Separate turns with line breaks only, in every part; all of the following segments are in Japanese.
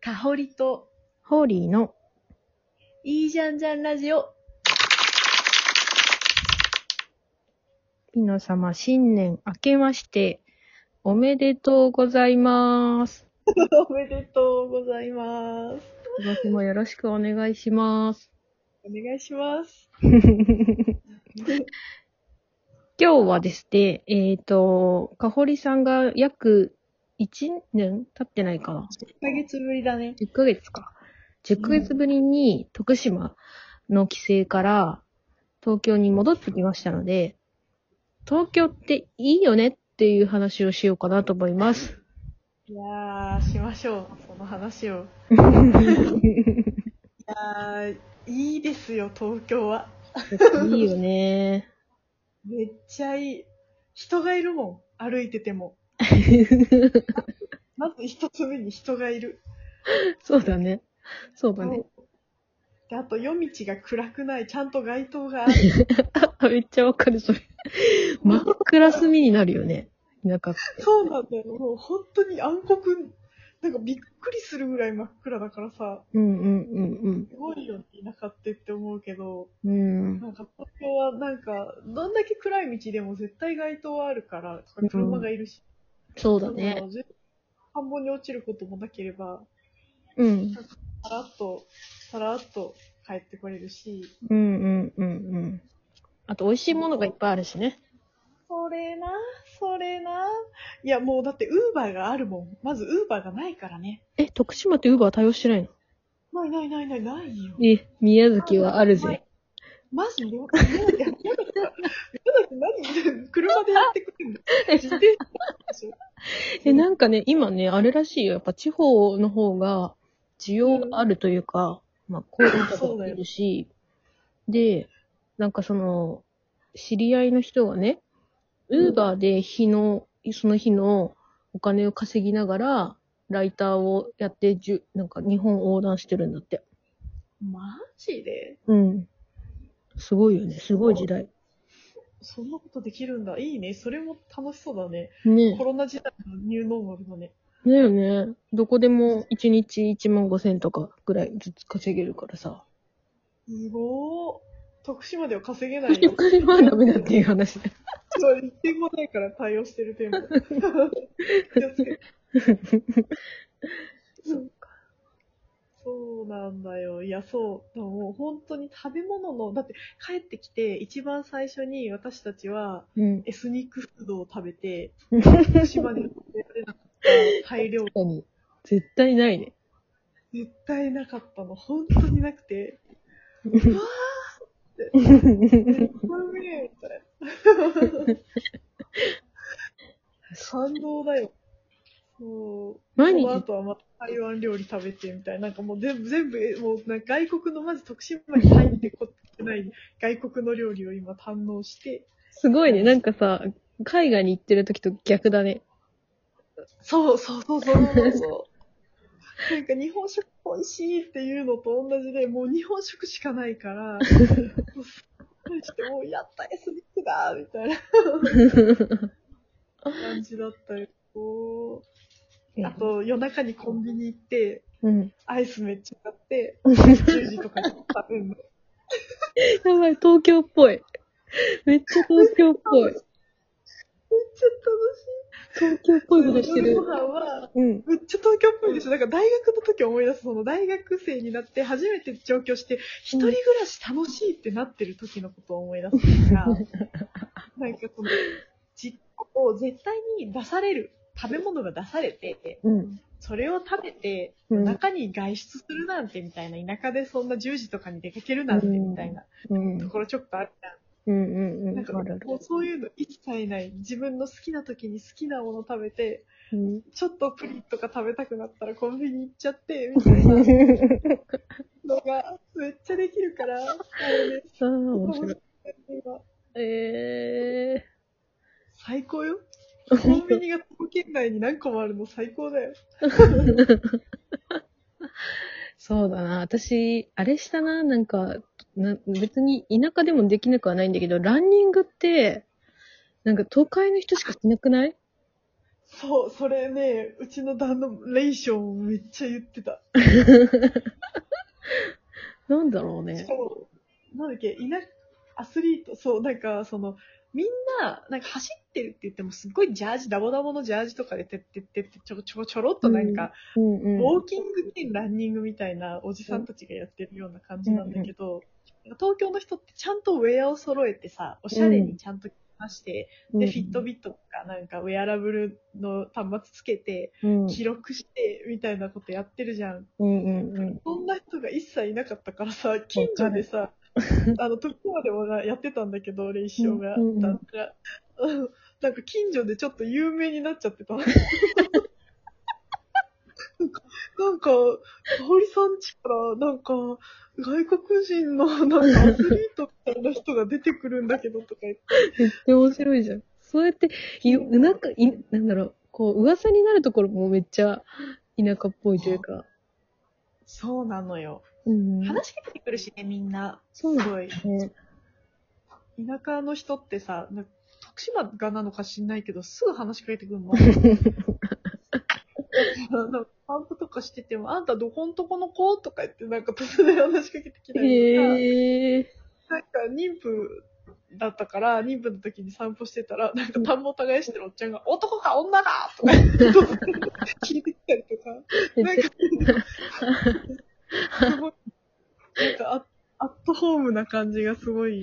かほりと、
ホーリーの、
いいじゃんじゃんラジオ。
ピノ様、新年明けまして、おめでとうございます。
おめでとうございます。
今年もよろしくお願いします。
お願いします。
今日はですね、えっ、と、かほりさんが約1年経ってないかな。
1ヶ月ぶりだね。
10ヶ月か。10ヶ月ぶりに徳島の帰省から東京に戻ってきましたので、東京っていいよねっていう話をしようかなと思います。
いやー、しましょう。その話 を。いやー、いいですよ、東京は。
いいよね。
めっちゃいい。人がいるもん、歩いてて も。まず一つ目に人がいる。
そうだね。そうだね。
で、あと夜道が暗くない、ちゃんと街灯がある。
めっちゃわかる、それ。真っ暗隅になるよね。田舎って。
そうなんだよ。もう本当に暗黒、なんかびっくりするぐらい真っ暗だからさ、
うんうん
すごいよね、田舎ってって思うけど、
うんうん。
なんか東京はなんか、どんだけ暗い道でも絶対街灯はあるから、車がいるし、
そうだね。。
半分に落ちることもなければ、
うん。
さらっと、さらっと帰ってこれるし、
うんうんうんうん。あと、美味しいものがいっぱいあるしね。
それな、それな。いや、もうだって、ウーバーがあるもん。まず、ウーバーがないからね。
え、徳島ってウーバー対応してないの
ないないないないないよ。
え、宮崎はあるぜ。
マジで宮崎、宮崎、宮崎何車でやってくるの自転車でしょ
え、なんかね、今ね、あれらしいよ。やっぱ地方の方が需要があるというか、 まあ、高齢者もいるし、で、なんかその、知り合いの人がね、ウーバーで日の、その日のお金を稼ぎながら、ライターをやって、じゅなんか日本横断してるんだって。
マジで
うん。すごいよね。すごい時代。
そんなことできるんだ。いいね。それも楽しそうだね。
ね
コロナ時代のニューノーマルだね。
だよね。どこでも1日1万5千とかぐらいずつ稼げるからさ。
すごー。徳島では稼げないよ。
お金はダメだっていう話だ。
そう、一点もないから対応してる点も。気をつけてそうなんだよ。いや、そう。でももう本当に食べ物の、だって帰ってきて一番最初に私たちは
うん。
エスニックフードを食べて、
確
徳島で食べられなかった大量、
かに。絶対ない ね。
絶対なかったの。本当になくて。うめえみたいな。 感動だよ。そう。
毎
その
日、
後はまた台湾料理食べてみたいな。なんかもう全部、全部、えもうなんか外国の、まず徳島に入ってこってない外国の料理を今堪能して。
すごいね。なんかさ、海外に行ってる時と逆だね。
そうそうそうそうそうそう。なんか日本食美味しいっていうのと同じで、もう日本食しかない から、そうしてもうやったエスニックだみたいな感じだったよ。こうあと夜中にコンビニ行って、
うん。
アイスめっちゃ買って、10時とかに食べるの。
やばい、東京っぽい。めっちゃ東京っぽ
め
い。
っちゃ
東京っぽいこ
楽
と
し
し
い。
て
夜
る
ご。飯は、
うん。
めっちゃ東京っぽいでしょ。なんか大学の時思い出す、その大学生になって初めて上京して、一人暮らし楽しいってなってる時のことを思い出す から、なんかその、実家を絶対に出される。食べ物が出されて、
うん。
それを食べて、
うん
中に外出するなんてみたいな、田舎でそんな10時とかに出かけるなんてみたいな
うん。
ところちょっとあるじゃん。
うん。う
なん
ん。
か
あるある
もうそういうの一切ない。自分の好きな時に好きなもの食べて、
うん。
ちょっとプリンとか食べたくなったらコンビニ行っちゃ って、みたいなのがめっちゃできるから、もうね、
ああ、面白い。
今
え
最高よ。コンビニが東京圏内に何個もあるの最高だよ。
ー。そうだな。私、あれしたな。なんか、な別に田舎でもできなくはないんだけど、ランニングって、なんか都会の人しかしなくない
そう、それね、うちの旦那、レイションめっちゃ言ってた。
なんだろうね
しか。も、なんだっけ、いな、アスリート、そう、なんか、その、みんな、なんか走ってるって言っても、すっごいジャージ、ダボダボのジャージとかで、てってってって、ちょこちょこちょろっとなんか、
うん
ウ
うん。
ォーキング兼ランニングみたいなおじさんたちがやってるような感じなんだけど、なんか東京の人ってちゃんとウェアを揃えてさ、おしゃれにちゃんと着まして、で、フィットビットとかなんかウェアラブルの端末つけて、
うん
記録して、みたいなことやってるじゃん。
うんうんうん。
そんな人が一切いなかったからさ、近所で さ、あの、時までもなやってたんだけど、練習が、
うんうん
だから、 うんなんか近所でちょっと有名になっちゃってた。 なんか、なんか、かおりさんちから、なんか、外国人の、なんかアスリートみたいな人が出てくるんだけどとか言って、
めっちゃ面白いじゃん。そうやって、いなんかい、なんだろう、こう、噂になるところもめっちゃ田舎っぽいというか。
そうなのよ。
うん。
話しかけてくるしね、みんな。
そうだ
すごい。
ね。
田舎の人ってさ、な徳島がなのか知んないけど、すぐ話しかけてくる の。なんか散歩とかしてても、あんたどこんとこの子とか言って、なんか突然話しかけてきたりとか、
へえ。
なんか妊婦だったから、妊婦の時に散歩してたら、なんか田んぼ耕してるおっちゃんが、男か女かとか言って、聞いてきたりとか。
め
な
っ
ん
ち
か
ゃ、
すごい、なんかアアットホームな感じがすごい。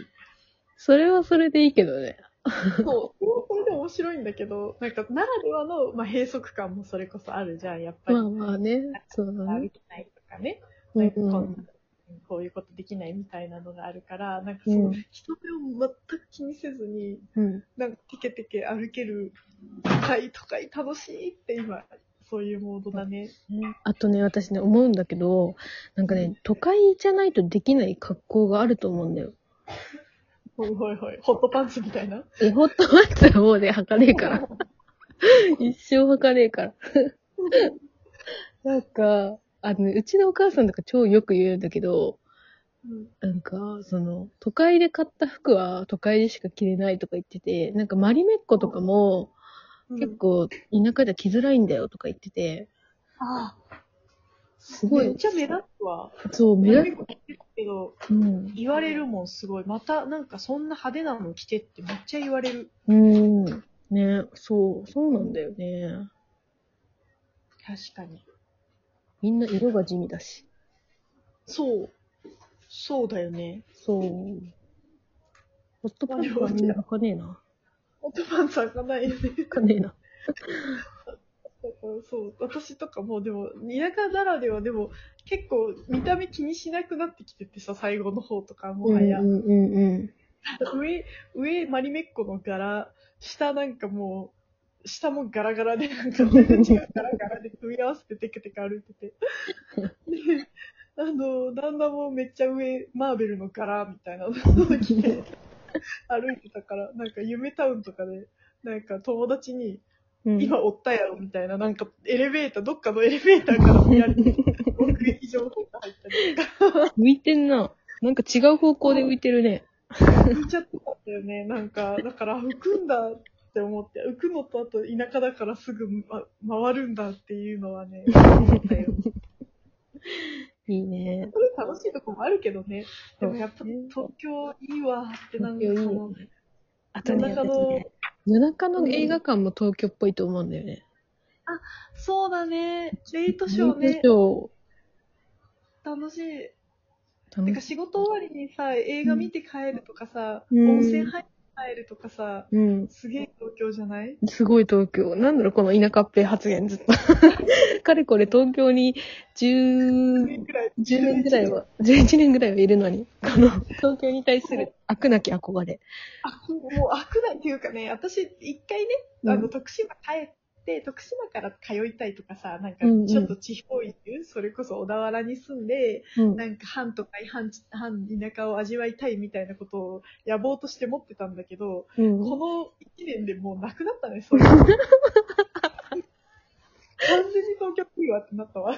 それはそれでいいけどね。
そう、それで面白いんだけど、なんか、ならではの、まあ、閉塞感もそれこそあるじゃん、やっぱり。
まあまあね。そうだ
歩
ね。
けないとかね。
う
なんんかこ
うん
んこういうことできないみたいなのがあるから、なんか
う
その
ん
人目を全く気にせずに、
うん。
なんかテケテケ歩ける会都会楽しいって今、そういうモードだね。
あとね、私ね、思うんだけど、なんかね、都会じゃないとできない格好があると思うんだよ。
ほいほいほい。ホットパンツみたいな。
え、ホットマッツはもうね、履かねえ から。一生履かねえから。 なんか、あのね、うちのお母さんとか超よく言うんだけど、
うん
なんか、その、都会で買った服は都会でしか着れないとか言ってて、なんかマリメッコとかも、
うん
結構田舎じゃ着づらいんだよとか言ってて、
ああ、
すご
めっ
い、
ちゃ目立つわ。
そう、目立
目立つけど、
うん。
言われるもんすごい。また、なんかそんな派手なの着てってめっちゃ言われる。
うん。ね、そう、そうなんだよね。
確かに。
みんな色が地味だし。
そう。そうだよね。
そう。ホットパンツはみんな履かねえな。
オトパンツ開かないよね。
履かねえな。
だからそう。私とかもうでも、田舎ならではでも、結構見た目気にしなくなってきててさ、最後の方とかもはや。
うんうんうん
上、上マリメッコの柄、下なんかもう、下もガラガラで、なんか全然違うガラガラで組み合わせてテケテケ歩いてて。で、あの、旦那もめっちゃ上、マーベルの柄みたいなの を着て歩いてたから、なんか夢タウンとかで、なんか友達に、
うん。
今おったやろみたいな、なんかエレベーター、どっかのエレベーターから見られて、 目撃情報が入ったりとか。
浮いてんな。なんか違う方向で浮いてるね。
浮いちゃってたんだよね。なんか、だから浮くんだって思って、浮くのとあと田舎だからすぐ、ま、回るんだっていうのはね、 思ったよ。
いいね。
それ楽しいとこもあるけどね。でもやっぱ東京いいわってなんか
東京いい
そ
よ
の、
あとね、
夜中
私
の
ね夜中の映画館も東京っぽいと思うんだよね。
そうだね、レイトショー
で
ね
し、ょ
楽しい。
う。
て
楽
か
し
仕事終わりにさ、映画見て帰るとかさ、
うん
温泉入って帰るとかさ、
い。うん。
すげえ東京じゃない
すごい東京。なんだろう、この田舎っぺ発言ずっと。 かれこれ東京に10、
くらい。
10年ぐらい は、11年ぐらいはいるのに、こ の、東京に対する飽くなき憧れ。
あ、もう飽くないっていうかね、私、一回ね、
うん
あの、徳島帰って、徳島から通いたいとかさ、なんか
うんうん、
ちょっと地方移住、それこそ小田原に住んで、
うん。
なんか半都会、半、半田舎を味わいたいみたいなことを野望として持ってたんだけど、
うん
この一年でもうなくなったね、そう いうの。完全に東京来るわってなったわ。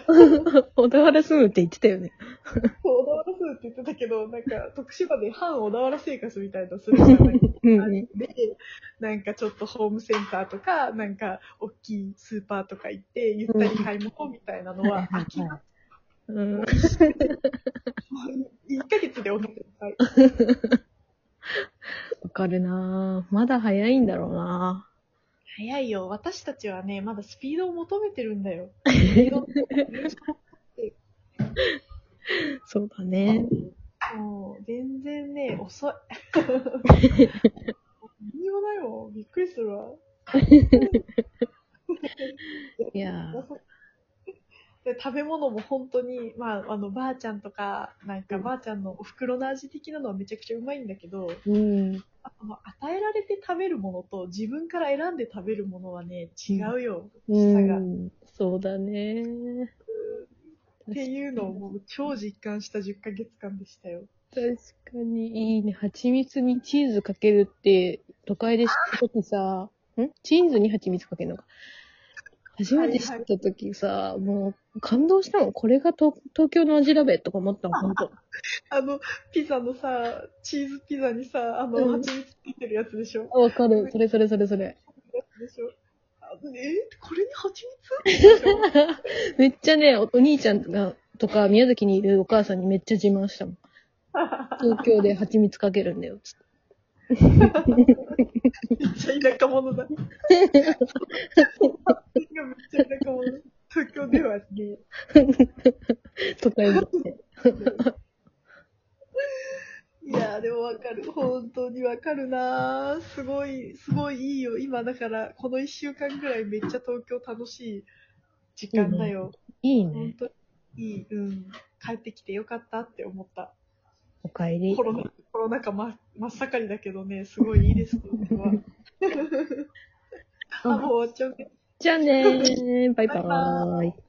小田原住むって言ってたよね。
小田原風って言ってたけど、なんか、徳島で反小田原生活みたいなのするじゃないですか。
うん
あ
うん
で、なんかちょっとホームセンターとか、なんか、大きいスーパーとか行って、ゆったり買い物みたいなのは、飽きます。
うん。
1ヶ月でお腹いっぱい。
わかるなぁ。まだ早いんだろうな
早いよ。私たちはね、まだスピードを求めてるんだ よ。スピード
ぁ。そうだね。
もう、全然ね、遅い。何もないもん。びっくりするわ。
いやー
で食べ物も本当に、まあ、あの、ばあちゃんとか、なんかばあちゃんのお袋の味的なのはめちゃくちゃうまいんだけど、
うん。
あの、与えられて食べるものと自分から選んで食べるものはね、違うよ。
う
差が。
ん。そうだねー。
っていうのをもう超実感した10ヶ月間でしたよ。
確かに、いいね。蜂蜜にチーズかけるって、都会で知ったときさ、んチーズに蜂蜜かけるのか。初めて知ったときさ、もう感動したもん。これが東東京の味だべとか思ったもん、ほんと。
あの、ピザのさ、チーズピザにさ、あの、
うん
蜂蜜ついてるやつでしょ
あわかる。それそれそれそれ。
でしょあえこれに蜂蜜でしょ
めっちゃね、おお兄ちゃんが、とか、宮崎にいるお母さんにめっちゃ自慢したもん。東京で蜂蜜かけるんだよ、つって。
めっちゃ田舎者 だ。めっちゃ田舎者。東京ではね、
都会 でって。
いやーでもわかる。本当にわかるなーすごい、すごいいいよ。今だから、この一週間ぐらいめっちゃ東京楽しい時間だよ。
いい
本
ね。
当にいい。うん。帰ってきてよかったって思った。
お帰り
コ。ロナ、コロナ禍ま真っ盛りだけどね、すごいいいです、これは。 あ、もう終わっちゃうね。
じゃあねー。バイバ
バイバ
ーイ。